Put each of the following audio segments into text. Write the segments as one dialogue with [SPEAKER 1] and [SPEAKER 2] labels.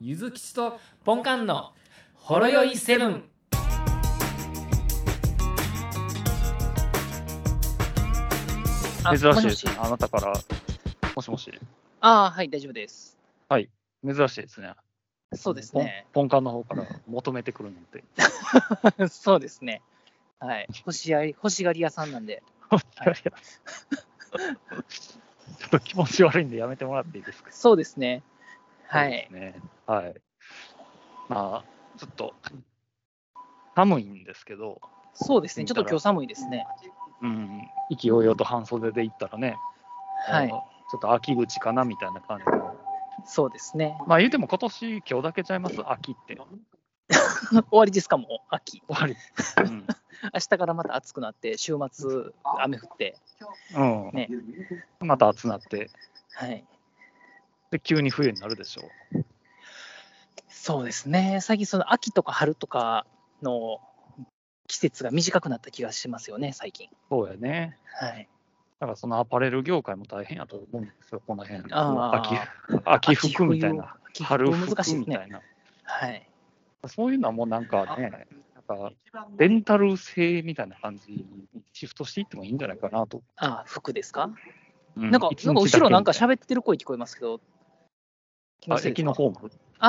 [SPEAKER 1] ゆずきちとポンカンのほろよいセブン。
[SPEAKER 2] あ
[SPEAKER 3] 珍しい
[SPEAKER 2] も
[SPEAKER 3] で
[SPEAKER 2] し
[SPEAKER 3] す
[SPEAKER 2] も
[SPEAKER 3] ね
[SPEAKER 2] し。
[SPEAKER 3] あなたから、もしもし、
[SPEAKER 2] ああ、はい、大丈夫です。
[SPEAKER 3] 珍しいですね。
[SPEAKER 2] そうです ね。
[SPEAKER 3] ポン。ポンカンの方から求めてくるなんて。
[SPEAKER 2] そうですね。はい。欲しがり、欲しがり屋さんなんで。
[SPEAKER 3] いやい やちょっと気持ち悪いんでやめてもらっていいですか。
[SPEAKER 2] そうですね。は
[SPEAKER 3] そうで
[SPEAKER 2] い
[SPEAKER 3] す。ね。はい。まあ、ちょっと、寒いんですけど、
[SPEAKER 2] そうですね。ちょっと今日寒いですね。
[SPEAKER 3] うん、意気揚々と半袖で行ったらね、
[SPEAKER 2] は
[SPEAKER 3] あ
[SPEAKER 2] い。
[SPEAKER 3] のちょっと秋口かなみたいな感じの。
[SPEAKER 2] そうですね。
[SPEAKER 3] まあ言うても今年、今日だけちゃいます、秋って。終
[SPEAKER 2] 終わりですか、もう秋。
[SPEAKER 3] わり。うん
[SPEAKER 2] 明日からまた暑くなって、週末、雨降って。
[SPEAKER 3] うん
[SPEAKER 2] ね
[SPEAKER 3] また暑なって
[SPEAKER 2] はい。
[SPEAKER 3] で、急に冬になるでしょう。
[SPEAKER 2] そうですね。最近、その秋とか春とかの季節が短くなった気がしますよね、最近。
[SPEAKER 3] そうやね。
[SPEAKER 2] はい。
[SPEAKER 3] だからそのアパレル業界も大変やと思うんですよ、この辺。
[SPEAKER 2] あー
[SPEAKER 3] 秋 秋服みたいな、
[SPEAKER 2] 秋冬
[SPEAKER 3] 春
[SPEAKER 2] を秋
[SPEAKER 3] 服
[SPEAKER 2] 難しいで
[SPEAKER 3] み
[SPEAKER 2] す
[SPEAKER 3] た
[SPEAKER 2] ね。
[SPEAKER 3] いな。
[SPEAKER 2] はい。
[SPEAKER 3] そういうのはもうなんかね、なんかレンタル制みたいな感じにシフトしていってもいいんじゃないかなと。
[SPEAKER 2] ああ、服ですか
[SPEAKER 3] う
[SPEAKER 2] なんか、
[SPEAKER 3] 一日
[SPEAKER 2] なんか後ろなんか
[SPEAKER 3] だけみ
[SPEAKER 2] 喋ってる声聞こえますけど、気
[SPEAKER 3] たいな
[SPEAKER 2] の
[SPEAKER 3] あ
[SPEAKER 2] せいで
[SPEAKER 3] 駅
[SPEAKER 2] す
[SPEAKER 3] の
[SPEAKER 2] か
[SPEAKER 3] ホーム。
[SPEAKER 2] あー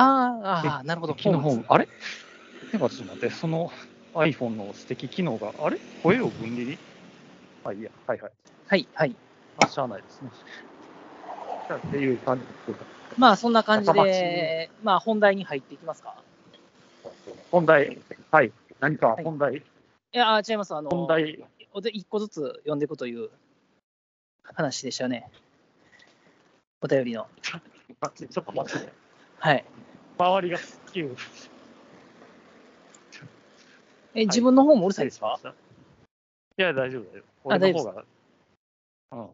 [SPEAKER 2] あー、なるほど、
[SPEAKER 3] 駅のホー
[SPEAKER 2] ム
[SPEAKER 3] ム。あれなんかちょっと待って、その iPhone の素敵機能が、あれ声を分離あ、いいや、はいはい。
[SPEAKER 2] はい、はい。
[SPEAKER 3] あ、しゃあないですね。じゃあっていう感じです
[SPEAKER 2] まあ、そんな感じ
[SPEAKER 3] 頭
[SPEAKER 2] で、まあ、本題に入っていきますか。
[SPEAKER 3] 本題、はい。何か本題、
[SPEAKER 2] いや、あー違います。あの、
[SPEAKER 3] 本題。
[SPEAKER 2] おで一個ずつ読んでいくという話でしたよね。お便りの。
[SPEAKER 3] あちょっと待って、
[SPEAKER 2] はい。
[SPEAKER 3] 周りがキュー。
[SPEAKER 2] え、自分の方もうるさいですか、
[SPEAKER 3] いや、大丈夫だよ。
[SPEAKER 2] あ
[SPEAKER 3] 俺の方が。うん。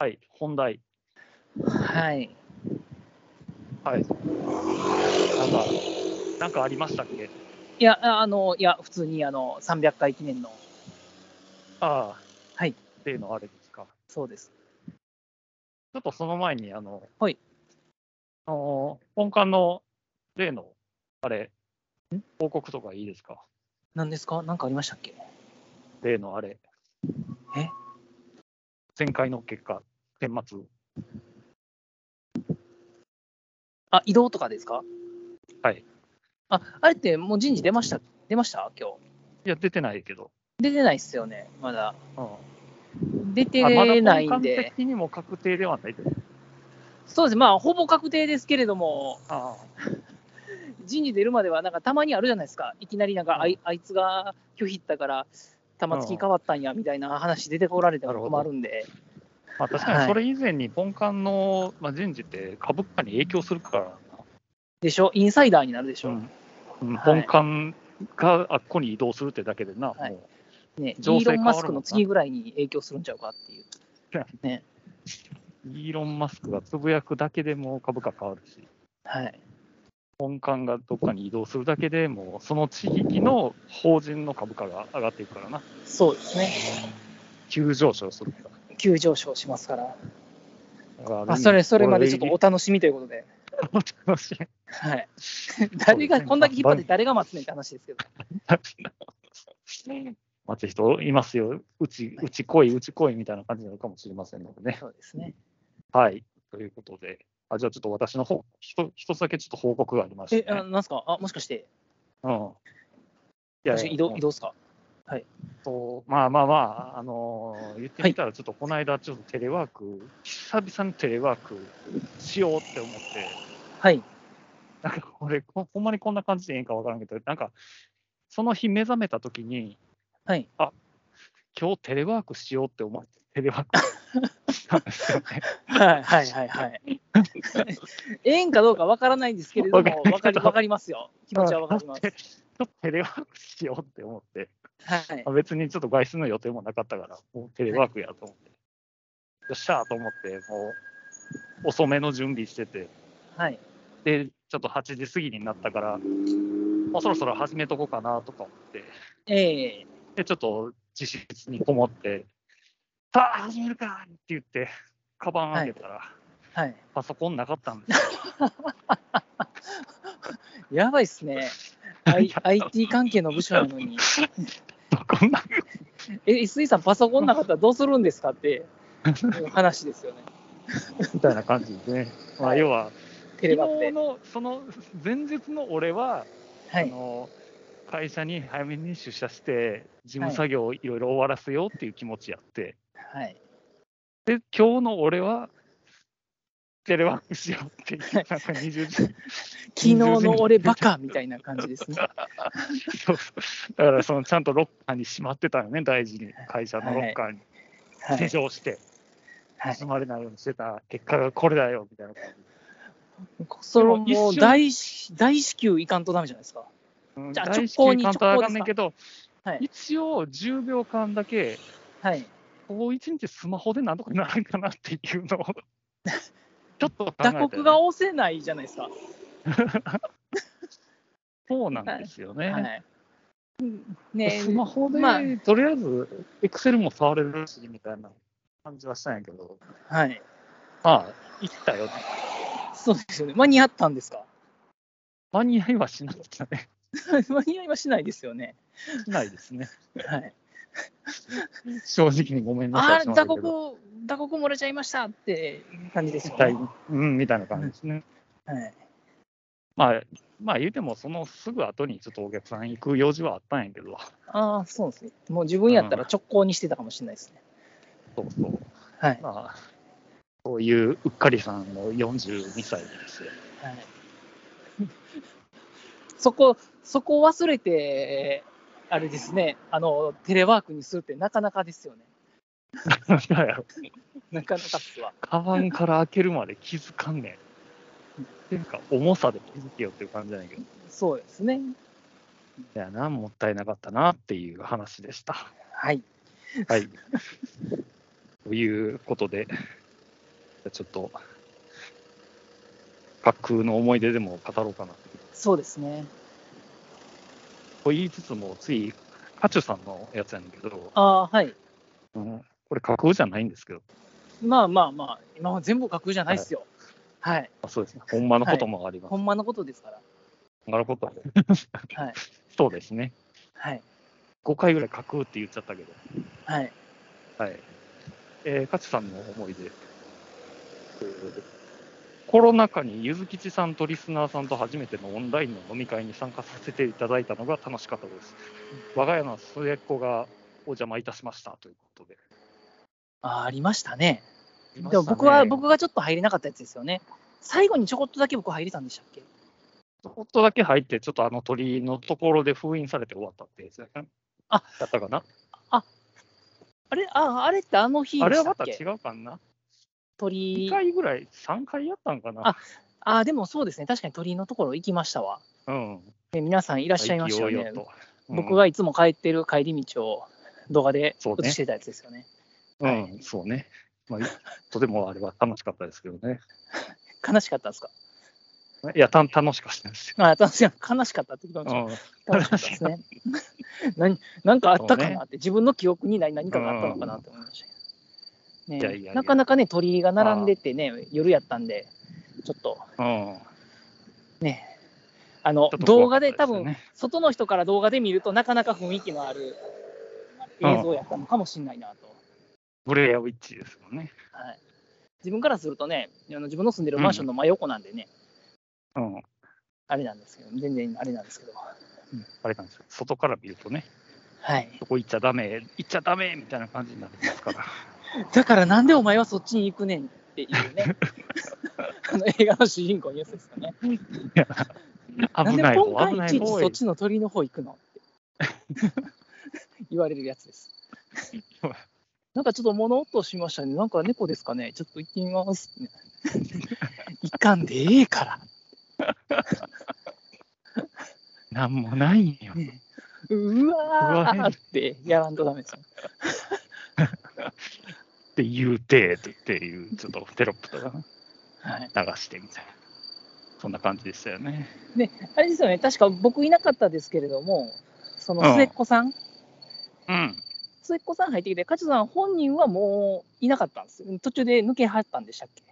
[SPEAKER 3] はい、本題。
[SPEAKER 2] はい。
[SPEAKER 3] はい。なんか、なんかありましたっけ
[SPEAKER 2] いや、ああの、いや、普通に、あの、300回記念の、
[SPEAKER 3] ああ。
[SPEAKER 2] はい
[SPEAKER 3] っていうのはあれですか。
[SPEAKER 2] そうです。
[SPEAKER 3] ちょっとその前に、あの、
[SPEAKER 2] はい。
[SPEAKER 3] あの、本館の例の、あれ、報告とかいいですか
[SPEAKER 2] 何ですか何かありましたっけ
[SPEAKER 3] 例のあれ。
[SPEAKER 2] え
[SPEAKER 3] 前回の結果、年末。
[SPEAKER 2] あ、移動とかですか
[SPEAKER 3] はい。
[SPEAKER 2] あ、あれってもう人事出ました出ました今日。
[SPEAKER 3] いや、出てないけど。
[SPEAKER 2] 出てないっすよね、まだ。
[SPEAKER 3] うん。
[SPEAKER 2] 出て
[SPEAKER 3] あまだ
[SPEAKER 2] ないん
[SPEAKER 3] 本
[SPEAKER 2] で
[SPEAKER 3] 格。的にも確定ではないです。
[SPEAKER 2] そうですね、まあ、ほぼ確定ですけれども、
[SPEAKER 3] あ
[SPEAKER 2] 人事出るまでは、なんかたまにあるじゃないですか。いきなりなんか、あいあいつが拒否ったから、玉突き変わったんや、みたいな話出てこられても困るんで。
[SPEAKER 3] あまあ、確かにそれ以前に、本館の、まあ、人事って株価に影響するから
[SPEAKER 2] でしょインサイダーになるでしょ、
[SPEAKER 3] な、うんうん
[SPEAKER 2] はい
[SPEAKER 3] 本館があっこに移動するってだけでな、
[SPEAKER 2] はい
[SPEAKER 3] も
[SPEAKER 2] ね、イ
[SPEAKER 3] 情勢
[SPEAKER 2] ーロン・マス
[SPEAKER 3] 変わる
[SPEAKER 2] ク
[SPEAKER 3] もん
[SPEAKER 2] の
[SPEAKER 3] な
[SPEAKER 2] 次ぐらいに影響するんちゃうかっていう。
[SPEAKER 3] うイーロン・マスクがつぶやくだけでもう株価変わるし、
[SPEAKER 2] はい。
[SPEAKER 3] 本館がどっかに移動するだけでもう、その地域の法人の株価が上がっていくからな、
[SPEAKER 2] そうですね。
[SPEAKER 3] 急上昇するから。
[SPEAKER 2] 急上昇しますから。
[SPEAKER 3] だから
[SPEAKER 2] まあ、それ、それまでちょっとお楽しみということで。
[SPEAKER 3] お楽しみ
[SPEAKER 2] はい。 誰が、こんだけ引っ張って誰が待つねんって話ですけど。
[SPEAKER 3] 待つ人いますよ。うち、うち来い、うち来いみたいな感じになるかもしれませんのでね。
[SPEAKER 2] そうですね。
[SPEAKER 3] はい。ということで、あじゃあちょっと私の方、ひと一つだけちょっと報告がありまし
[SPEAKER 2] え、
[SPEAKER 3] て、
[SPEAKER 2] あ
[SPEAKER 3] ね。
[SPEAKER 2] なんすかあ、もしかして、
[SPEAKER 3] うん。いやい
[SPEAKER 2] 私
[SPEAKER 3] や
[SPEAKER 2] 移
[SPEAKER 3] う
[SPEAKER 2] 動、
[SPEAKER 3] ん
[SPEAKER 2] 移動っすか
[SPEAKER 3] とまあまあまあ、あのー言ってみたら、ちょっとこの間、ちょっとテレワーク、久々にテレワークしようって思って、
[SPEAKER 2] はい。
[SPEAKER 3] なんかこれ、ほほんまにこんな感じでええんかわからんけど、なんか、その日目覚めたときに、
[SPEAKER 2] はい。
[SPEAKER 3] 今日テレワークしようって思って、テレワー クしたんですよね。
[SPEAKER 2] はい、はい、はい、はい。 ええんかどうかわからないんですけれども、わか
[SPEAKER 3] わか
[SPEAKER 2] り
[SPEAKER 3] り
[SPEAKER 2] わかりますよ。気持ちはわかります
[SPEAKER 3] だっ。てちょっとテレワークしようって思って、
[SPEAKER 2] はい
[SPEAKER 3] ま。あ別にちょっと外出の予定もなかったから、もうテレワークやと思って、よっしゃーと思って、もう遅めの準備してて、
[SPEAKER 2] はい。
[SPEAKER 3] で、ちょっと8時過ぎになったから、もうそろそろ始めとこうかなとか思って、
[SPEAKER 2] ええ
[SPEAKER 3] で、ちょっと自室にこもって、さあ、始めるかって言って、カバン開けたら、
[SPEAKER 2] はい。
[SPEAKER 3] パソコンなかったんですよ。
[SPEAKER 2] やばいっすね。I、IT 関係の部署なのに。
[SPEAKER 3] こんな、
[SPEAKER 2] え、SE さん、パソコンなかったらどうするんですかっていう話ですよね。
[SPEAKER 3] みたいな感じでね。まあ、要は、
[SPEAKER 2] テレ
[SPEAKER 3] 昨
[SPEAKER 2] バって
[SPEAKER 3] 日。の、その前日の俺は、
[SPEAKER 2] は
[SPEAKER 3] あ
[SPEAKER 2] い。
[SPEAKER 3] の会社に早めに出社して、事
[SPEAKER 2] は
[SPEAKER 3] 務
[SPEAKER 2] い
[SPEAKER 3] 作業をいろいろ終わらせようっていう気持ちやって、
[SPEAKER 2] はい。
[SPEAKER 3] で、今日の俺は、テレワークしようっていう、なんか20時、
[SPEAKER 2] 昨日の俺バカみたいな感じ ですね。
[SPEAKER 3] そうそうだからそのちゃんとロッカーにしまってたよね、大事に、会社のロッカーに
[SPEAKER 2] は
[SPEAKER 3] 手
[SPEAKER 2] い。
[SPEAKER 3] 錠して、
[SPEAKER 2] はい
[SPEAKER 3] 盗まれないようにしてた結果がこれだよみたいな感じ。
[SPEAKER 2] それも
[SPEAKER 3] でも
[SPEAKER 2] う
[SPEAKER 3] 一緒
[SPEAKER 2] 大し、大至急いかんとダメじゃないですか。
[SPEAKER 3] うん
[SPEAKER 2] じゃあ
[SPEAKER 3] 大
[SPEAKER 2] 直
[SPEAKER 3] 至
[SPEAKER 2] 行
[SPEAKER 3] 急
[SPEAKER 2] に
[SPEAKER 3] 簡単わかんないけど、
[SPEAKER 2] はい
[SPEAKER 3] 一応10秒間だけ、
[SPEAKER 2] はい。
[SPEAKER 3] ここ1日スマホでなんとかならんかなってい うのを、ちょっと考えた
[SPEAKER 2] 打
[SPEAKER 3] よね
[SPEAKER 2] 刻が押せないじゃないですか。
[SPEAKER 3] そうなんですよね。
[SPEAKER 2] はい。ね
[SPEAKER 3] スマホで、
[SPEAKER 2] まあ
[SPEAKER 3] とりあえず、エクセルも触れるし、みたいな感じはしたんやけど、
[SPEAKER 2] はい。
[SPEAKER 3] まあ、行ったよね。
[SPEAKER 2] そうですよね。間に合ったんですか
[SPEAKER 3] 間に合いはしなかったね。
[SPEAKER 2] 間に合いはしないですよね。
[SPEAKER 3] しないですね。
[SPEAKER 2] はい。
[SPEAKER 3] 正直にごめんなさ
[SPEAKER 2] あ
[SPEAKER 3] い。
[SPEAKER 2] あ、打刻、打刻漏れちゃいましたって感じですよね。
[SPEAKER 3] 痛いうん、みたいな感じですね。
[SPEAKER 2] はい。
[SPEAKER 3] まあ、まあ言うても、そのすぐ後にちょっとお客さん行く用事はあったんやけど、
[SPEAKER 2] ああ、そうですね。もう自分やったら直行にしてたかもしれないですね。
[SPEAKER 3] そうそう。
[SPEAKER 2] はい。
[SPEAKER 3] まあ、そういううっかりさんの42歳ですよ。
[SPEAKER 2] はい、そこ、そこを忘れて、あれですね、あの、テレワークにするってなかなかですよね。
[SPEAKER 3] なんかやろ
[SPEAKER 2] なかなかっすわ。
[SPEAKER 3] カバンから開けるまで気づかんねん。っていうか、重さで気づけよっていう感じじゃないけど。
[SPEAKER 2] そうですね。
[SPEAKER 3] いやな、もったいなかったなっていう話でした。
[SPEAKER 2] はい。
[SPEAKER 3] はい。ということで、ちょっと、架空の思い出でも語ろうかな
[SPEAKER 2] そうですね。
[SPEAKER 3] と言いつつも、つい、カチュさんのやつやねんけど、
[SPEAKER 2] ああ、はい。
[SPEAKER 3] うんこれ架空じゃないんですけど、
[SPEAKER 2] まあまあまあ、今は全部架空じゃないっすよ。はい。
[SPEAKER 3] あそうですね、ほんまのこともあります。
[SPEAKER 2] ほんまのことですから。
[SPEAKER 3] ほんまのことは、
[SPEAKER 2] はい。
[SPEAKER 3] そうですね。
[SPEAKER 2] はい。
[SPEAKER 3] 5回ぐらい架空って言っちゃったけど、
[SPEAKER 2] はい。
[SPEAKER 3] はい。えー、勝さんの思い出。えーコロナ禍にゆずきちさんとリスナーさんと初めてのオンラインの飲み会に参加させていただいたのが楽しかったです。我が家の末っ子がお邪魔いたしましたということで。
[SPEAKER 2] あーありましたね。
[SPEAKER 3] いましたね
[SPEAKER 2] でも僕は、僕がちょっと入れなかったやつですよね。最後にちょこっとだけ僕入れたんでしたっけ
[SPEAKER 3] ちょっとだけ入って、ちょっとあの鳥のところで封印されて終わったってやつだ
[SPEAKER 2] あ
[SPEAKER 3] だったかな
[SPEAKER 2] あれあー、あれってあの日で
[SPEAKER 3] あれ
[SPEAKER 2] し
[SPEAKER 3] は
[SPEAKER 2] たっ
[SPEAKER 3] また違
[SPEAKER 2] け
[SPEAKER 3] うかな
[SPEAKER 2] 鳥
[SPEAKER 3] ?2 回ぐらい、3回やったんかな
[SPEAKER 2] あああ、でもそうですね。確かに鳥居のところ行きましたわ。
[SPEAKER 3] うん。
[SPEAKER 2] で皆さんいらっ
[SPEAKER 3] ら
[SPEAKER 2] しゃいましたよね。僕
[SPEAKER 3] は
[SPEAKER 2] がいつも帰ってる帰り道を動画で
[SPEAKER 3] そうね
[SPEAKER 2] 映してたやつですよね。
[SPEAKER 3] うん、そうね。まあ、とてもあれは楽しかったですけどね。
[SPEAKER 2] 悲しかったんですか
[SPEAKER 3] いや、た楽しかったです
[SPEAKER 2] あー、確かに悲しかったって言ったん
[SPEAKER 3] よ。
[SPEAKER 2] 楽しかったですね。 何なんかあったかなって、自分の記憶に何何かがあったのかなって思いましたけど、ね
[SPEAKER 3] いやいやいや
[SPEAKER 2] なかなかね、鳥居が並んでてね、夜やったんで、ちょっと、
[SPEAKER 3] うん。うん
[SPEAKER 2] あの
[SPEAKER 3] ちょっと
[SPEAKER 2] 動
[SPEAKER 3] 怖か
[SPEAKER 2] 画
[SPEAKER 3] った
[SPEAKER 2] で、
[SPEAKER 3] で
[SPEAKER 2] 多
[SPEAKER 3] すね
[SPEAKER 2] 分外の人から動画で見ると、なかなか雰囲気のある
[SPEAKER 3] うん
[SPEAKER 2] 映像やったのかもしれないなと、
[SPEAKER 3] ブレアウィッチですもんね。
[SPEAKER 2] はい。自分からするとね、あの自分の住んでるマンションの真横なんでね、
[SPEAKER 3] うん。
[SPEAKER 2] あれなんですけど、全然あれなんですけど、
[SPEAKER 3] あれなんですよ。外から見るとね、
[SPEAKER 2] はい。
[SPEAKER 3] そこ行っちゃダメ、行っちゃダメみたいな感じになってますから。
[SPEAKER 2] だからなんでお前はそっちに行くねんっていう ね、あの映画の主人公のやつですよね。なん
[SPEAKER 3] 危
[SPEAKER 2] で
[SPEAKER 3] ない
[SPEAKER 2] 今
[SPEAKER 3] 方、
[SPEAKER 2] 回
[SPEAKER 3] 危
[SPEAKER 2] い
[SPEAKER 3] な
[SPEAKER 2] ち
[SPEAKER 3] い
[SPEAKER 2] いち
[SPEAKER 3] 方
[SPEAKER 2] そ
[SPEAKER 3] へ
[SPEAKER 2] っちの鳥の方行く のって言われるやつです。なんかちょっと物音しましたね。なんか猫ですかね。ちょっと行ってみます。 行かんでええから。
[SPEAKER 3] なんもないんよ。
[SPEAKER 2] ねう
[SPEAKER 3] う
[SPEAKER 2] わ
[SPEAKER 3] わ
[SPEAKER 2] ーってやらんとダメ ですよ。
[SPEAKER 3] って言うて、っていう、ちょっとテロップとか
[SPEAKER 2] はい、
[SPEAKER 3] 流してみたいな。そんな感じでしたよね。
[SPEAKER 2] あれですよね。確か僕いなかったですけれども、その
[SPEAKER 3] うん
[SPEAKER 2] 末っ子さん、
[SPEAKER 3] うん。
[SPEAKER 2] 末っ子さん入ってきて、勝さん本人はもういなかったんです。途中で抜けはったんでしたっけ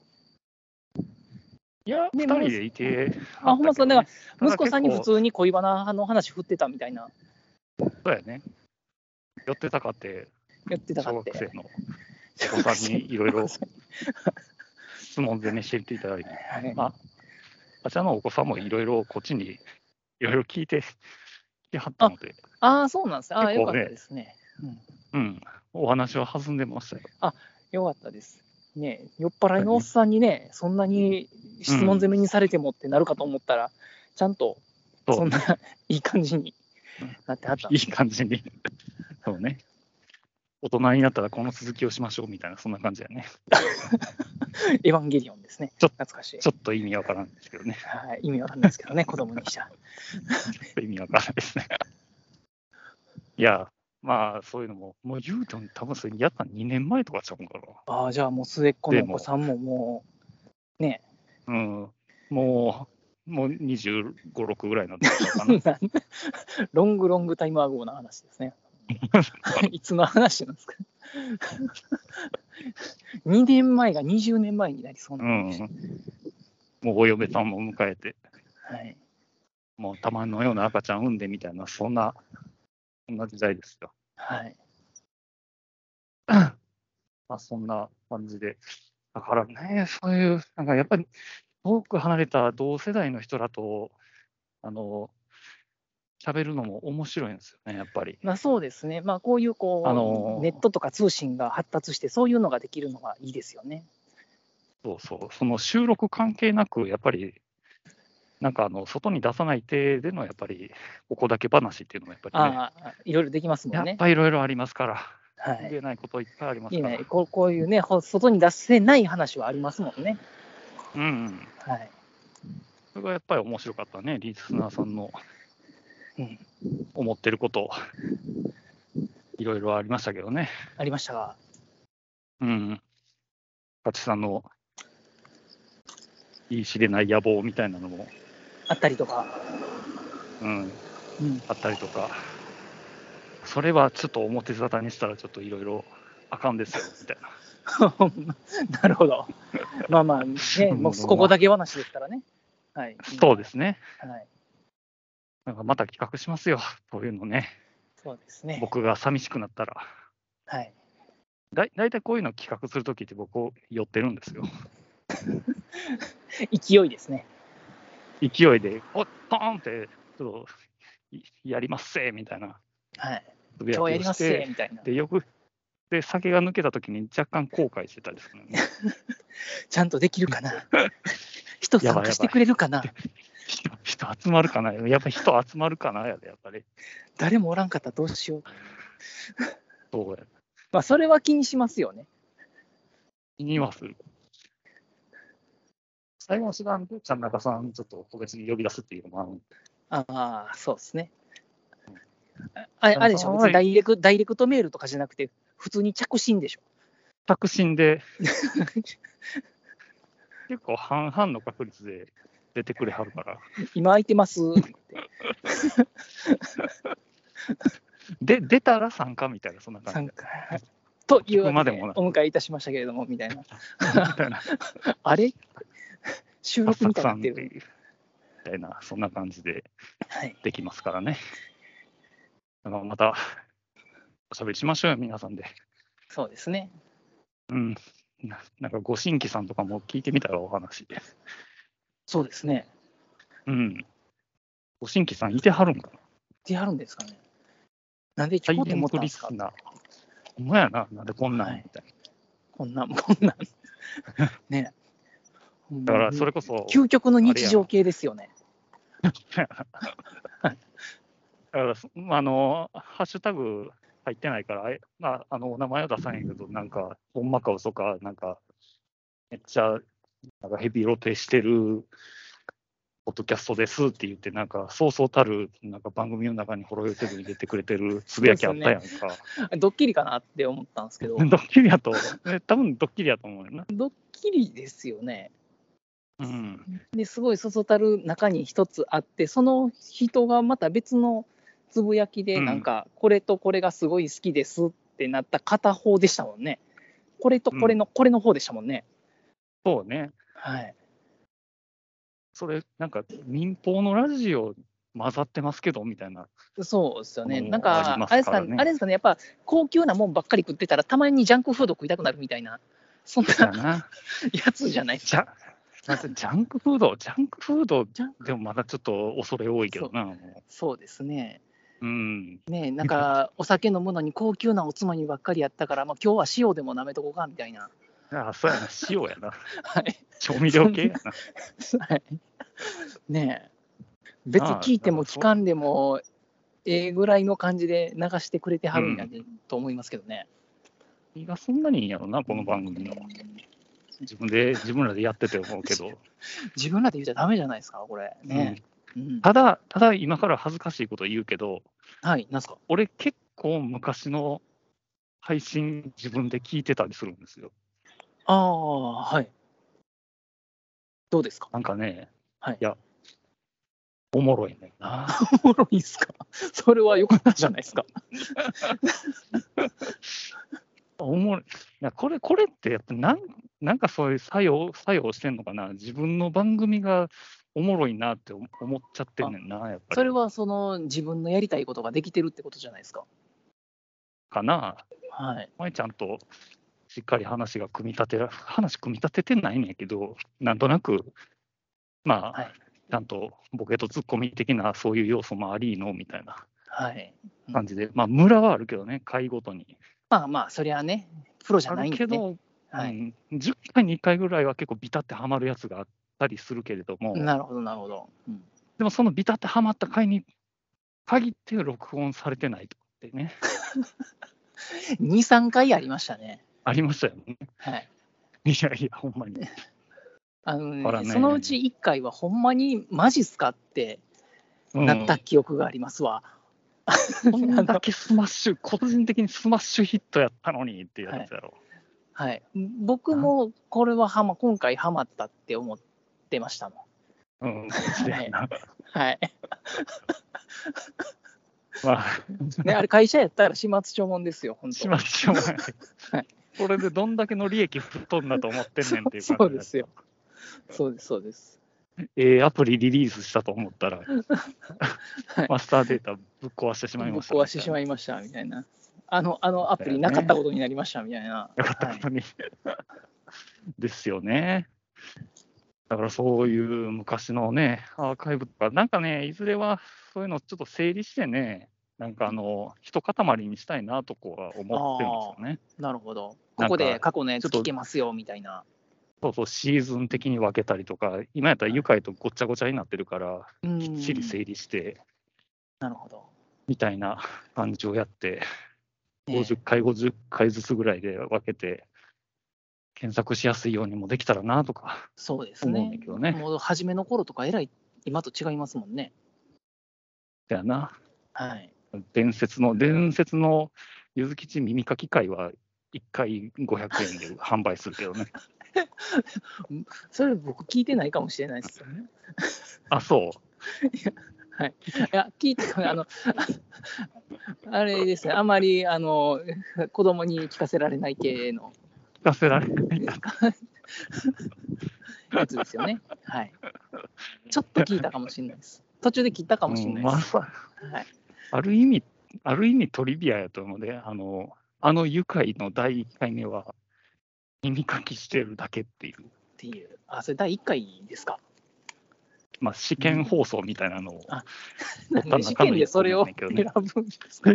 [SPEAKER 3] いや、
[SPEAKER 2] ね
[SPEAKER 3] 二人でいて、
[SPEAKER 2] あほんまそうだから息子さんに普通に恋バナの話振ってたみたいな、
[SPEAKER 3] そうやね。寄ってたかって、
[SPEAKER 2] やってたか
[SPEAKER 3] 小
[SPEAKER 2] っ
[SPEAKER 3] 学
[SPEAKER 2] て。
[SPEAKER 3] 生のお子さんにいろ いろ質問でね、教えていただいて、
[SPEAKER 2] はい
[SPEAKER 3] まあ、あちらのお子さんもいろいろこっちにいろいろ聞いてきはったので、
[SPEAKER 2] ああ、そうなんですね。ああ、
[SPEAKER 3] 結
[SPEAKER 2] よか
[SPEAKER 3] 構
[SPEAKER 2] っ
[SPEAKER 3] ね
[SPEAKER 2] たですね。
[SPEAKER 3] うん、お話は弾んでましたよ。
[SPEAKER 2] よかったです。ねえ酔っ払いのおっさんにね、そんなに質問攻めにされてもってなるかと思ったら、ちゃんと
[SPEAKER 3] そ
[SPEAKER 2] そ
[SPEAKER 3] うん
[SPEAKER 2] な いい感じになってはったん
[SPEAKER 3] い
[SPEAKER 2] で
[SPEAKER 3] い
[SPEAKER 2] すね。
[SPEAKER 3] 感じに。そうね。大人になったらこの続きをしましょうみたいな、そんな感じだね。
[SPEAKER 2] エヴァンゲリオンですね。
[SPEAKER 3] ちょ
[SPEAKER 2] 懐かしい
[SPEAKER 3] ち。ょっと意味わからんですけどね。
[SPEAKER 2] はい、意味わかんないですけどね、 子供にしちゃ。
[SPEAKER 3] ちょっと意味わからんですね。いや、まあそういうのも、もう言うても多分それやったの2年前とかちゃうんか
[SPEAKER 2] ああ、じゃあもう末っ子の
[SPEAKER 3] で
[SPEAKER 2] お
[SPEAKER 3] も
[SPEAKER 2] 子さんもも
[SPEAKER 3] な。うん。もう、もう25、6ぐらいなんだったか
[SPEAKER 2] う。
[SPEAKER 3] な
[SPEAKER 2] なん、ロングロングタイムアゴーな話です ね。いつの話なんですか2年前が20年前になりそうな
[SPEAKER 3] う
[SPEAKER 2] 話、
[SPEAKER 3] ん。もうお嫁さんも迎えて、
[SPEAKER 2] はい、
[SPEAKER 3] もうたまのような赤ちゃん産んでみたいな、そんな、そんな時代ですよ。
[SPEAKER 2] はい、
[SPEAKER 3] まあ、そんな感じで、だからね、そういう、なんかやっぱり遠く離れた同世代の人だと、あの喋るのも面白いんですよね、やっぱり。
[SPEAKER 2] まあそうですね、まあこういうこう、
[SPEAKER 3] あのー
[SPEAKER 2] ネットとか通信が発達して、そういうのができるのがいいですよね。
[SPEAKER 3] そうそう、その収録関係なく、やっぱり、なんかあの外に出さない手でのやっぱり、ここだけ話っていうのもやっぱりね、
[SPEAKER 2] ああ、いろいろできますもん
[SPEAKER 3] や
[SPEAKER 2] ね
[SPEAKER 3] っ。ぱいろいろありますから、
[SPEAKER 2] は
[SPEAKER 3] 言
[SPEAKER 2] い
[SPEAKER 3] えないこといっぱいありま
[SPEAKER 2] い
[SPEAKER 3] す
[SPEAKER 2] い
[SPEAKER 3] から。
[SPEAKER 2] ねこう、こういうね、ほ外に出せない話はありますもんね。
[SPEAKER 3] うんうん、
[SPEAKER 2] はい
[SPEAKER 3] それがやっぱり面白かったね、リスナーさんの
[SPEAKER 2] うん、
[SPEAKER 3] 思ってること、いろいろありましたけどね。
[SPEAKER 2] ありましたが、
[SPEAKER 3] うん。勝さんの言い知れない野望みたいなのも、
[SPEAKER 2] あったりとか、
[SPEAKER 3] う
[SPEAKER 2] う
[SPEAKER 3] ん、
[SPEAKER 2] ん、
[SPEAKER 3] あったりとか、それはちょっと表沙汰にしたら、ちょっといろいろあかんですよ、みたいな。
[SPEAKER 2] なるほど。まあまあ、ね、もうここだけ話ですからね。はい、
[SPEAKER 3] そうですね。
[SPEAKER 2] はい、
[SPEAKER 3] なんかまた企画しますよ、こういうのね。
[SPEAKER 2] そうですね。
[SPEAKER 3] 僕が寂しくなったら。
[SPEAKER 2] はい、
[SPEAKER 3] だ大体こういうの企画するときって僕寄ってるんですよ。
[SPEAKER 2] 勢いですね。
[SPEAKER 3] 勢いで、おっ、ポーンって、ちょっと、いやりますせみたいな。
[SPEAKER 2] はい、
[SPEAKER 3] つぶやき
[SPEAKER 2] 今
[SPEAKER 3] を
[SPEAKER 2] 日やります
[SPEAKER 3] して
[SPEAKER 2] ぜみたいな。
[SPEAKER 3] で、よく、で、酒が抜けたときに若干後悔してたりするのね。
[SPEAKER 2] ちゃんとできるか な。人
[SPEAKER 3] や
[SPEAKER 2] 参
[SPEAKER 3] ばいやばい
[SPEAKER 2] 加してくれるかな。
[SPEAKER 3] 人人集まるかなやっぱ人集まるかなやで、やっぱり。
[SPEAKER 2] 誰もおらんかったらどうしよう。
[SPEAKER 3] そうや。
[SPEAKER 2] まあ、それは気にしますよね。
[SPEAKER 3] 気にはする。最後の手段で、ちゃん中さん、ちょっと個別に呼び出すっていうのもあるんで
[SPEAKER 2] ああ、そうですね。ああれあれでしょ、
[SPEAKER 3] は
[SPEAKER 2] 別に
[SPEAKER 3] い
[SPEAKER 2] ダイレクダイレクトメールとかじゃなくて、普通に着信でしょ。
[SPEAKER 3] 着信で、結構半々の確率で出てくれはるから。
[SPEAKER 2] 今空いてます。
[SPEAKER 3] で、出たら参加みたいな、そんな感
[SPEAKER 2] 参加。というわけ
[SPEAKER 3] ここまで
[SPEAKER 2] で
[SPEAKER 3] もな、
[SPEAKER 2] お迎えいたしましたけれども、みたいな。
[SPEAKER 3] じ。みたいな。
[SPEAKER 2] あれ 収
[SPEAKER 3] あっ
[SPEAKER 2] 録
[SPEAKER 3] さ
[SPEAKER 2] み
[SPEAKER 3] く
[SPEAKER 2] たいになんっ
[SPEAKER 3] さって
[SPEAKER 2] て
[SPEAKER 3] いう
[SPEAKER 2] る。
[SPEAKER 3] みたいな、そんな感じで
[SPEAKER 2] はい。
[SPEAKER 3] できますからね。だからまた、おしゃべりしましょうよ、皆さんで。
[SPEAKER 2] そうですね。
[SPEAKER 3] うん。ななんか、ご新規さんとかも聞いてみたらお話。
[SPEAKER 2] そうですね。
[SPEAKER 3] うん。ご新規さんいてはるんかな
[SPEAKER 2] ってやるんですかね。なんでちょ
[SPEAKER 3] 最
[SPEAKER 2] こうと思った
[SPEAKER 3] ク
[SPEAKER 2] んで
[SPEAKER 3] リ
[SPEAKER 2] す
[SPEAKER 3] ス
[SPEAKER 2] か
[SPEAKER 3] ナー。ほんまやな、なんでこんなんやみたいな。
[SPEAKER 2] こんなん、こん なん。ね。
[SPEAKER 3] だから、それこそ、
[SPEAKER 2] 究極の日常系ですよね。
[SPEAKER 3] だからそあの、ハッシュタグ入ってないから、あれまあ、あの、お名前は出さないけど、なんか、ほんまか嘘か、なんか、めっちゃ、なんかヘビロテしてる、ポッドキャストですって言って、なんか、そうそうたる、なんか番組の中にほろよテレビに出てくれてるつぶやきあったやんか。
[SPEAKER 2] ドッキリかなって思ったんですけ ど、ドッ
[SPEAKER 3] ドッキリやと、ね、多分ドッキリやと思うよな。
[SPEAKER 2] キリですよね。
[SPEAKER 3] うん。
[SPEAKER 2] ですごいそそたる中に一つあって、その人がまた別のつぶやきで、
[SPEAKER 3] うん
[SPEAKER 2] なんか、これとこれがすごい好きですってなった片方でしたもんね。これとこれの、これの方でしたもんね。
[SPEAKER 3] そうね。
[SPEAKER 2] はい。
[SPEAKER 3] それ、なんか民放のラジオ混ざってますけどみたいな、
[SPEAKER 2] そうですよね。
[SPEAKER 3] もう
[SPEAKER 2] なん
[SPEAKER 3] あり
[SPEAKER 2] か、
[SPEAKER 3] ます
[SPEAKER 2] あれです
[SPEAKER 3] から
[SPEAKER 2] か
[SPEAKER 3] ね
[SPEAKER 2] ね、あれですかね、やっぱ高級なもんばっかり食ってたら、たまにジャンクフード食いたくなるみたいな、 そん
[SPEAKER 3] だ
[SPEAKER 2] な
[SPEAKER 3] な。
[SPEAKER 2] やつじゃ ないです
[SPEAKER 3] じ
[SPEAKER 2] か。
[SPEAKER 3] ゃなんせジャンクフード、ジャンクフード
[SPEAKER 2] ジャン
[SPEAKER 3] でもまだちょっと恐れ多いけどな、も
[SPEAKER 2] そうですね。
[SPEAKER 3] ううん、
[SPEAKER 2] ねなんか、お酒飲むのに高級なおつまみばっかりやったから、まあ今日は塩でも舐めとこうかみたいな。
[SPEAKER 3] あそ うやな、塩やな、
[SPEAKER 2] はい。
[SPEAKER 3] 調味料系やな。
[SPEAKER 2] はいねえ。別に聞いても聞かんでも、ええぐらいの感じで流してくれてはるんやで、と思いますけどね。
[SPEAKER 3] 何がそんなにいいんやろな、この番組の。自分で、自分らでやってて思うけど。
[SPEAKER 2] 自分らで言っちゃダメじゃないですか、これ。ねえ。うん
[SPEAKER 3] ただ、ただ今から恥ずかしいこと言うけど、
[SPEAKER 2] はい、なんすか。
[SPEAKER 3] 俺結構昔の配信自分で聞いてたりするんですよ。
[SPEAKER 2] ああ、はい。どうですか
[SPEAKER 3] なんかね、
[SPEAKER 2] はい
[SPEAKER 3] や、おもろいねんな。
[SPEAKER 2] おもろいですかそれは良かったじゃないですか。
[SPEAKER 3] おもろいなこれ、これってやっぱなん、なんかそういう作用、作用してんのかな。自分の番組がおもろいなって思思っちゃってんねんな、やっぱり。
[SPEAKER 2] それはその自分のやりたいことができてるってことじゃないですか。
[SPEAKER 3] かな。
[SPEAKER 2] はい。
[SPEAKER 3] まえちゃんとしっかり話が組み立てら、話組み立ててないんやけど、なんとなく、まあ、
[SPEAKER 2] はい
[SPEAKER 3] ちゃんとボケとツッコミ的なそういう要素もありのみたいな
[SPEAKER 2] はい。
[SPEAKER 3] 感じで、まあ、ムラはあるけどね、回ごとに。
[SPEAKER 2] まあまあ、そりゃね、プロじゃ
[SPEAKER 3] あ
[SPEAKER 2] ない
[SPEAKER 3] る
[SPEAKER 2] ん
[SPEAKER 3] け
[SPEAKER 2] で、ね。
[SPEAKER 3] ど、
[SPEAKER 2] は
[SPEAKER 3] う
[SPEAKER 2] い。
[SPEAKER 3] ん10回に1回ぐらいは結構ビタってはまるやつがあったりするけれども、
[SPEAKER 2] なるほど、なるほど。うん
[SPEAKER 3] でもそのビタってはまった回に限って録音されてないとかってね、
[SPEAKER 2] 2、3回ありましたね。
[SPEAKER 3] ありましたよね。
[SPEAKER 2] はい。
[SPEAKER 3] いやいや、ほんまに。
[SPEAKER 2] あのね
[SPEAKER 3] ほらね
[SPEAKER 2] そのうち1回は、ほんまにマジっすかって
[SPEAKER 3] うん
[SPEAKER 2] なった記憶がありますわ。
[SPEAKER 3] こんだけスマッシュ、個人的にスマッシュヒットやったのにっていうやつやろ。
[SPEAKER 2] はい。僕もこれははま、今回ハマったって思ってましたもん。
[SPEAKER 3] うん、そうやな。
[SPEAKER 2] はい。
[SPEAKER 3] まあ、
[SPEAKER 2] ね、あれ会社やったら始末書もんですよ、本当
[SPEAKER 3] しましょうがな
[SPEAKER 2] はいい。
[SPEAKER 3] これでどんだけの利益吹っ飛んだと思ってんねんっていう感じ
[SPEAKER 2] そうですよ。そうです、そうです。
[SPEAKER 3] ええアプリリリースしたと思ったら、
[SPEAKER 2] はい
[SPEAKER 3] マスターデータぶっ壊してし
[SPEAKER 2] ぶ
[SPEAKER 3] まい
[SPEAKER 2] っ
[SPEAKER 3] ました。
[SPEAKER 2] 壊してしまいました、みたいな。あの、あのアプリなかったことになりました、みたいな。
[SPEAKER 3] よかったことに。ですよね。だからそういう昔のね、アーカイブとか、なんかね、いずれはそういうのちょっと整理してね、なんかあの、一塊にしたいなとこは思ってるんですよね。
[SPEAKER 2] なるほど。
[SPEAKER 3] な
[SPEAKER 2] こ
[SPEAKER 3] んか
[SPEAKER 2] こで過去のや
[SPEAKER 3] ちょ
[SPEAKER 2] つ
[SPEAKER 3] っと
[SPEAKER 2] 聞けますよ、みたいな。
[SPEAKER 3] そうそう、シーズン的に分けたりとか、今やったら愉快とごっちゃごちゃになってるから、
[SPEAKER 2] う
[SPEAKER 3] きっ
[SPEAKER 2] ん。
[SPEAKER 3] ちり整理して、
[SPEAKER 2] なるほど。
[SPEAKER 3] みたいな感じをやって、
[SPEAKER 2] ね
[SPEAKER 3] 50回、50回ずつぐらいで分けて、検索しやすいようにもできたらなとか
[SPEAKER 2] そうです
[SPEAKER 3] 思うん
[SPEAKER 2] ね
[SPEAKER 3] だけ。どね。
[SPEAKER 2] もう初めの頃とか、えらい今と違いますもんね。
[SPEAKER 3] だよな。
[SPEAKER 2] はい。
[SPEAKER 3] 伝説の、伝説のゆずきち耳かき会は、1回500円で販売するけどね。
[SPEAKER 2] それ僕聞いてないかもしれないですよね。
[SPEAKER 3] あ、そう。
[SPEAKER 2] いや、聞いてあの、あれですね、あまり、あの、子供に聞かせられない系の
[SPEAKER 3] 聞かせられない。
[SPEAKER 2] やつですよね。はい。ちょっと聞いたかもしれないです。途中で切ったかもしれない
[SPEAKER 3] うんま
[SPEAKER 2] です。
[SPEAKER 3] さ
[SPEAKER 2] はい。
[SPEAKER 3] ある意味、ある意味トリビアやと思うので、あの、あの愉快の第1回目は、耳かきしてるだけっていう、
[SPEAKER 2] っていう。あ、それ第1回ですか。
[SPEAKER 3] まあ、試験放送みたいなのを、
[SPEAKER 2] あ
[SPEAKER 3] おった
[SPEAKER 2] なん
[SPEAKER 3] ら
[SPEAKER 2] んで試験でそれを
[SPEAKER 3] 中
[SPEAKER 2] 選
[SPEAKER 3] 身や
[SPEAKER 2] ぶんですか。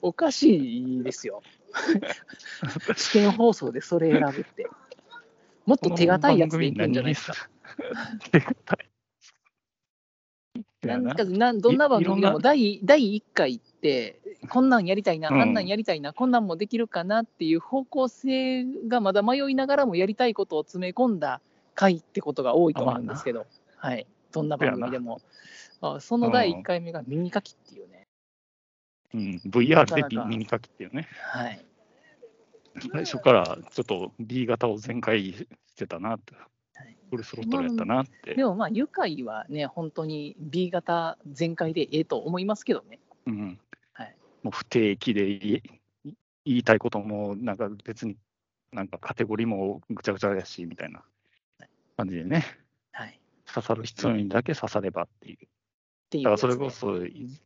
[SPEAKER 2] おかしいですよ。試験放送でそれ選ぶって。もっと手堅いやつでいくんじゃないですか。
[SPEAKER 3] 手堅い。
[SPEAKER 2] なんかなんどんな番組で
[SPEAKER 3] いろん
[SPEAKER 2] も
[SPEAKER 3] な
[SPEAKER 2] 第第1回って、こんなんやりたいな、
[SPEAKER 3] うん
[SPEAKER 2] あんなんやりたいな、こんなんもできるかなっていう方向性がまだ迷いながらもやりたいことを詰め込んだ回ってことが多いと思うんですけど、はい、どんな番組でも。あその第1回目が耳かきっていうね。
[SPEAKER 3] うん、VR で耳かきっていうね、
[SPEAKER 2] はい、
[SPEAKER 3] 最初からちょっと B 型を全開してたなって
[SPEAKER 2] い、
[SPEAKER 3] フルスロットルやったな って
[SPEAKER 2] で、もまあ、愉快はね、本当に B 型全開でええと思いますけどね。
[SPEAKER 3] うん
[SPEAKER 2] はい
[SPEAKER 3] もう不定期で言え言いたいことも、なんか別に、なんかカテゴリーもぐちゃぐちゃやしみたいな感じでね、
[SPEAKER 2] はい。
[SPEAKER 3] 刺さる人にだけ刺さればっていう。
[SPEAKER 2] っていう
[SPEAKER 3] だか
[SPEAKER 2] や
[SPEAKER 3] ら
[SPEAKER 2] つ
[SPEAKER 3] そ
[SPEAKER 2] ね、
[SPEAKER 3] れこそ、い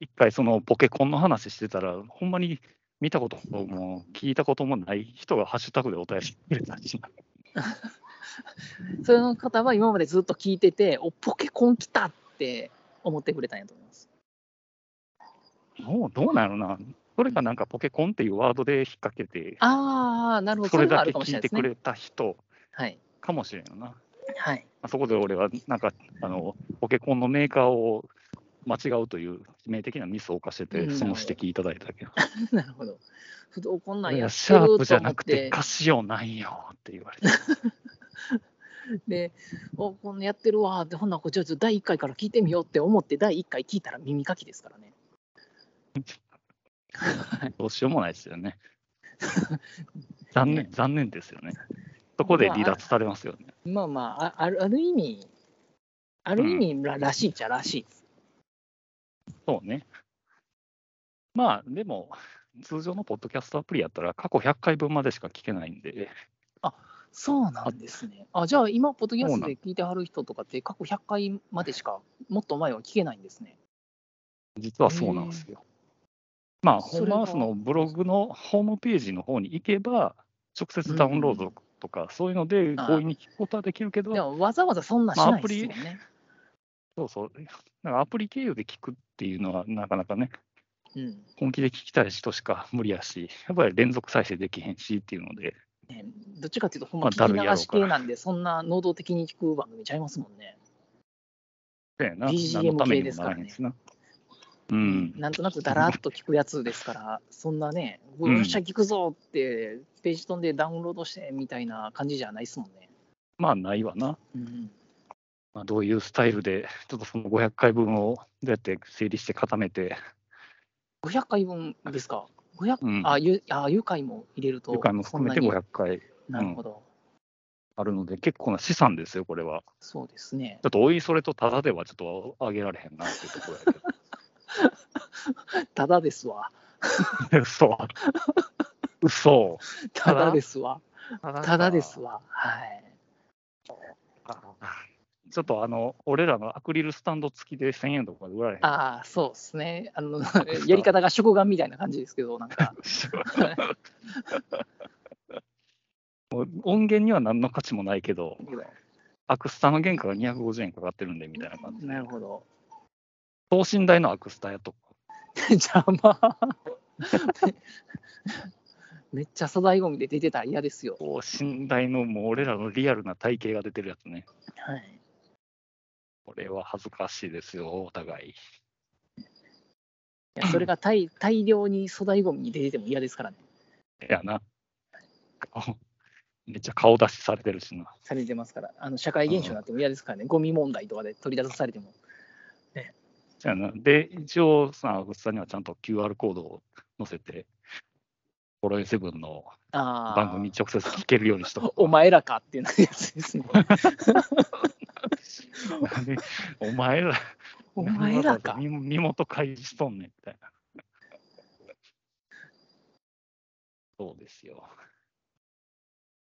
[SPEAKER 3] 一回そのポケコンの話してたら、ほんまに見たことも聞いたこともない人がハッシュタグでお便りくれたりします
[SPEAKER 2] その方は今までずっと聞いてて、おポケコン来たって思ってくれたんやと思います。
[SPEAKER 3] もうどうなのな。それかなんかポケコンっていうワードで引っ掛けて、
[SPEAKER 2] ああ、なるほど。
[SPEAKER 3] それ
[SPEAKER 2] は
[SPEAKER 3] だ
[SPEAKER 2] あ
[SPEAKER 3] け
[SPEAKER 2] るかもしれな
[SPEAKER 3] 聞
[SPEAKER 2] いいで
[SPEAKER 3] て
[SPEAKER 2] す
[SPEAKER 3] く
[SPEAKER 2] ね。
[SPEAKER 3] れた人
[SPEAKER 2] はい。
[SPEAKER 3] かもしれんよな。
[SPEAKER 2] はい。
[SPEAKER 3] まあそこで俺はなんかあのポケコンのメーカーを間違うという致命的なミスを犯してて、
[SPEAKER 2] うん
[SPEAKER 3] その指摘いただいたけど、
[SPEAKER 2] なるほど。ふとこんなん
[SPEAKER 3] い
[SPEAKER 2] や
[SPEAKER 3] や
[SPEAKER 2] ってる
[SPEAKER 3] シ
[SPEAKER 2] と
[SPEAKER 3] ャ
[SPEAKER 2] 思
[SPEAKER 3] ー
[SPEAKER 2] って。
[SPEAKER 3] プじゃなくてカシオなんよって言われて、
[SPEAKER 2] で、おこんなやってるわーって、ほんならこっちょっと第1回から聞いてみようって思って、第1回聞いたら耳かきですからね。
[SPEAKER 3] どうしようもないです よね。残念、
[SPEAKER 2] ね
[SPEAKER 3] 残念ですよね。そこで離脱されますよね。
[SPEAKER 2] まあまあ、ああるある意味、ある意味ら,、らしいっちゃらしいです。
[SPEAKER 3] そうね。まあ、でも、通常のポッドキャストアプリやったら、過去100回分までしか聞けないんで、
[SPEAKER 2] そうなんですね。あ、じゃあ今、ポッドキャストで聞いてはる人とかって、過去100回までしか、もっと前は聞けないんですね。
[SPEAKER 3] 実はそうなんですよ。まあ、ホ
[SPEAKER 2] そ
[SPEAKER 3] ー
[SPEAKER 2] れが
[SPEAKER 3] ムハウスのブログのホームページの方に行けば、直接ダウンロードとか、そういうので
[SPEAKER 2] あ
[SPEAKER 3] 強引に聞くことはできるけど、
[SPEAKER 2] でもわざわざそんなしないですよね。
[SPEAKER 3] そうそう、なんかアプリ経由で聞くっていうのは、なかなかね、
[SPEAKER 2] うん
[SPEAKER 3] 本気で聞きたい人しか無理やし、やっぱり連続再生できへんしっていうので、
[SPEAKER 2] ね、どっちかっていうと、ほん
[SPEAKER 3] ま
[SPEAKER 2] ま
[SPEAKER 3] あだるいや
[SPEAKER 2] 聞
[SPEAKER 3] ろう
[SPEAKER 2] き
[SPEAKER 3] から
[SPEAKER 2] 流し系なんで、そんな能動的に聞く番組ちゃいますもんね。
[SPEAKER 3] そうやな
[SPEAKER 2] BGM
[SPEAKER 3] 何のためにもならへんしな。うん、
[SPEAKER 2] なんとなくだらっと聞くやつですから、そんなね、
[SPEAKER 3] うん
[SPEAKER 2] よっしゃ聞くぞって、ページ飛んでダウンロードしてみたいな感じじゃないですもんね。
[SPEAKER 3] まあないわな。
[SPEAKER 2] うん、
[SPEAKER 3] まあ、どういうスタイルで、 ちょっとその500回分をどうやって整理して固めて、
[SPEAKER 2] 500回分ですか。500
[SPEAKER 3] うん
[SPEAKER 2] あゆあ、ゆ回も入れると、
[SPEAKER 3] 愉快も含めて
[SPEAKER 2] そんな
[SPEAKER 3] 500回
[SPEAKER 2] になるほど、
[SPEAKER 3] あるので、結構な資産ですよ、これは。
[SPEAKER 2] そうですね
[SPEAKER 3] ち。ょっとおいそれとただではちょっとあげられへんなっていうところや
[SPEAKER 2] ただですわ。
[SPEAKER 3] け ど。嘘。嘘。
[SPEAKER 2] ただですわ。
[SPEAKER 3] ただ
[SPEAKER 2] ただですわ。はい。
[SPEAKER 3] ちょっとあの、俺らのアクリルスタンド付きで1000円とかで売られへん。
[SPEAKER 2] ああ、そうですね。あのやり方が食玩みたいな感じですけど、なん か、
[SPEAKER 3] もう音源には何の価値もないけど、アクスタの原価が250円かかってるんでみたいな感じ。
[SPEAKER 2] なるほど。
[SPEAKER 3] 等身大のアクスタやっとこ
[SPEAKER 2] 邪魔。 めっちゃ粗大ゴミで出てたら嫌ですよ
[SPEAKER 3] う。。等身大のもう俺らのリアルな体型が出てるやつね。
[SPEAKER 2] はい。
[SPEAKER 3] これは恥ずかしいですよ、お互い。
[SPEAKER 2] いやそれが大大量に粗大ゴミに出てても嫌ですからね。
[SPEAKER 3] やな。顔めっちゃ顔出しされてるしな。
[SPEAKER 2] されてますから。あの社会現象になっても嫌ですからね。ゴミ問題とかで取り出されても。
[SPEAKER 3] そやなで、一応さ、アクスタにはちゃんと QR コードを載せて、ホロエセブンの
[SPEAKER 2] ああ。
[SPEAKER 3] 番組直接聞けるようにしとこう
[SPEAKER 2] お 前らかっていうやつですね。
[SPEAKER 3] 何お前ら、
[SPEAKER 2] お前らか
[SPEAKER 3] 何。わざわざ身身元開示しとんねんみたいな。そうですよ。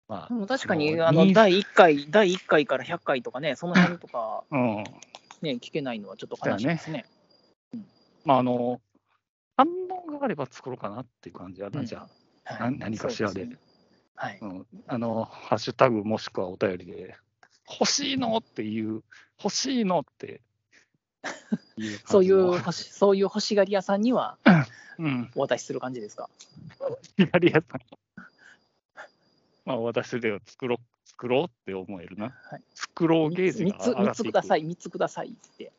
[SPEAKER 3] ま
[SPEAKER 2] でも確かに
[SPEAKER 3] もう
[SPEAKER 2] あの
[SPEAKER 3] に
[SPEAKER 2] 第1回、第1回から100回とかね、その辺とか
[SPEAKER 3] あ、うん。
[SPEAKER 2] ね、聞けないのはちょっと悲しいですね。
[SPEAKER 3] まあ、あの、反応があれば作ろうかなっていう感じやな、
[SPEAKER 2] うん
[SPEAKER 3] じゃあ、
[SPEAKER 2] は
[SPEAKER 3] ない何かしら
[SPEAKER 2] そ
[SPEAKER 3] で
[SPEAKER 2] うすねはい。
[SPEAKER 3] うん。あの、ハッシュタグもしくはお便りで、欲しいのっていう、欲しいのっていう感じの。
[SPEAKER 2] そういう欲し、そういう欲しがり屋さんには
[SPEAKER 3] うん。
[SPEAKER 2] お渡しする感じ ですか。
[SPEAKER 3] 左屋さん。まあ、私では作ろう、作ろうって思えるな。
[SPEAKER 2] はい
[SPEAKER 3] 作ろうゲー
[SPEAKER 2] 三つ
[SPEAKER 3] ジが
[SPEAKER 2] 三つ三つく
[SPEAKER 3] 上がっていく。
[SPEAKER 2] ださい、三つくださいって。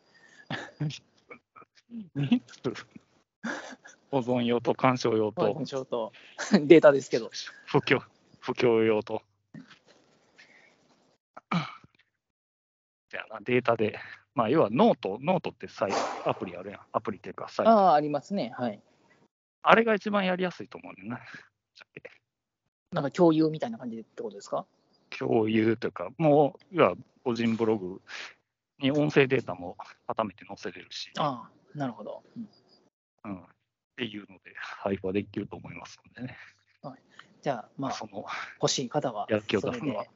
[SPEAKER 3] 三つ保存用と鑑賞用と
[SPEAKER 2] ちょっと データですけど。
[SPEAKER 3] 布教、布教用と。じゃあな、データで。まあ、要はノート、ノートってサイアプリあるやん。アプリっていうかサイ
[SPEAKER 2] あ
[SPEAKER 3] ト。
[SPEAKER 2] あ、ありますね。はい。
[SPEAKER 3] あれが一番やりやすいと思うねんな。
[SPEAKER 2] なんか共有みたいな感じってことですか。
[SPEAKER 3] 共有というか、もう、要は個人ブログに音声データも固めて載せれるし、
[SPEAKER 2] ああ、なるほど。うん
[SPEAKER 3] うん、っていうので、配布はできると思いますのでね。
[SPEAKER 2] じゃあ、ま
[SPEAKER 3] まあ、
[SPEAKER 2] あ、
[SPEAKER 3] その、
[SPEAKER 2] 欲しい方は
[SPEAKER 3] やる気を
[SPEAKER 2] そ
[SPEAKER 3] 出
[SPEAKER 2] れ
[SPEAKER 3] すのは
[SPEAKER 2] で。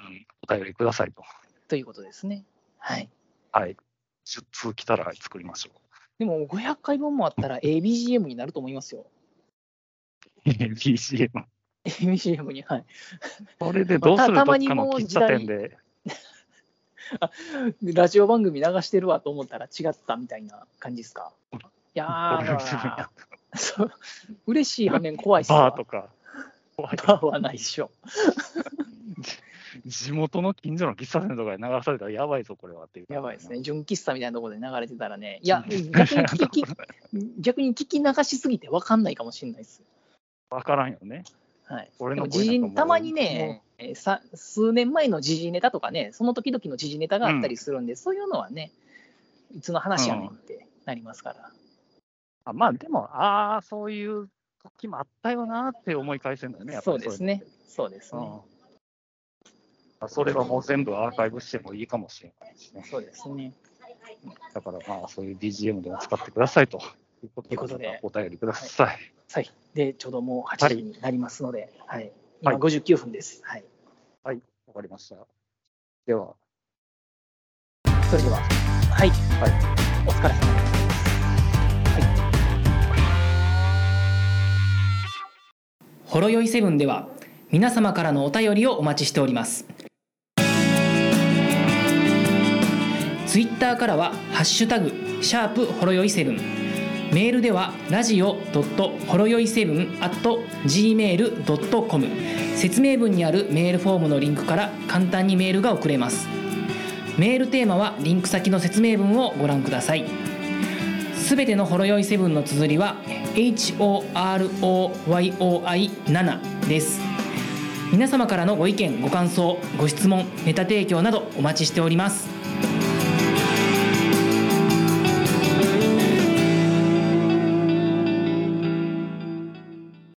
[SPEAKER 3] うん、お便りくださいと。
[SPEAKER 2] ということですね。はい。
[SPEAKER 3] はい。10通来たら作りましょ
[SPEAKER 2] でも500回分もあったら ABGM になると思いますよ。
[SPEAKER 3] う。BGM。
[SPEAKER 2] ABGM に。はい。
[SPEAKER 3] これでどうする
[SPEAKER 2] まあたた
[SPEAKER 3] ど
[SPEAKER 2] ま
[SPEAKER 3] っ
[SPEAKER 2] に
[SPEAKER 3] かの
[SPEAKER 2] もう
[SPEAKER 3] 喫茶店で。
[SPEAKER 2] ラジオ番組流してるわと思ったら違ったみたいな感じですか。いや
[SPEAKER 3] これをするん
[SPEAKER 2] ー
[SPEAKER 3] や、
[SPEAKER 2] そう嬉しい反面怖いっすわ
[SPEAKER 3] バーとか、
[SPEAKER 2] バーはないっしょ。
[SPEAKER 3] 地元の近所の喫茶店とかで流されたらやばいぞ、これはっていう。
[SPEAKER 2] やばいですね。純喫茶みたいなところで流れてたらね。いや、逆に聞き逆に聞き流しすぎて分かんないかもしれないです。
[SPEAKER 3] わからんよね。
[SPEAKER 2] はい。
[SPEAKER 3] 俺
[SPEAKER 2] で
[SPEAKER 3] の
[SPEAKER 2] も
[SPEAKER 3] 声なん
[SPEAKER 2] 時事
[SPEAKER 3] かもう
[SPEAKER 2] たまにね、えーさ、数年前の時事ネタとかね、その時々の時事ネタがあったりするんで、そういうのはね、いつの話やねんってなりますから。
[SPEAKER 3] あまあでも、ああ、そういう時もあったよなって思い返せるんだよね、やっぱ
[SPEAKER 2] そ
[SPEAKER 3] り
[SPEAKER 2] うです
[SPEAKER 3] れ
[SPEAKER 2] ね。そうです
[SPEAKER 3] う
[SPEAKER 2] ね。
[SPEAKER 3] ん、それはもう全部アーカイブしてもいいかもしれないしね。
[SPEAKER 2] そうですね。
[SPEAKER 3] だからまあ、そういう BGM でも使ってくださいということ
[SPEAKER 2] ということで
[SPEAKER 3] お便りください。
[SPEAKER 2] はい。で、ちょうどもう8時になりますので、はい。
[SPEAKER 3] はい
[SPEAKER 2] 今59分です。はい。
[SPEAKER 3] わ、かりました。では、
[SPEAKER 2] それでは、はい。はい、お疲れ様です。
[SPEAKER 1] ほろよいセブンでは皆様からのお便りをお待ちしておりますツイッターからは「ハッシュタグシャープほろよいセブン」メールではラジオドットほろよいセブン at gmail.com 説明文にあるメールフォームのリンクから簡単にメールが送れますメールテーマはリンク先の説明文をご覧くださいすべてのほろ酔いセブンの綴りは HOROYOI7 です皆様からのご意見ご感想ご質問ネタ提供などお待ちしております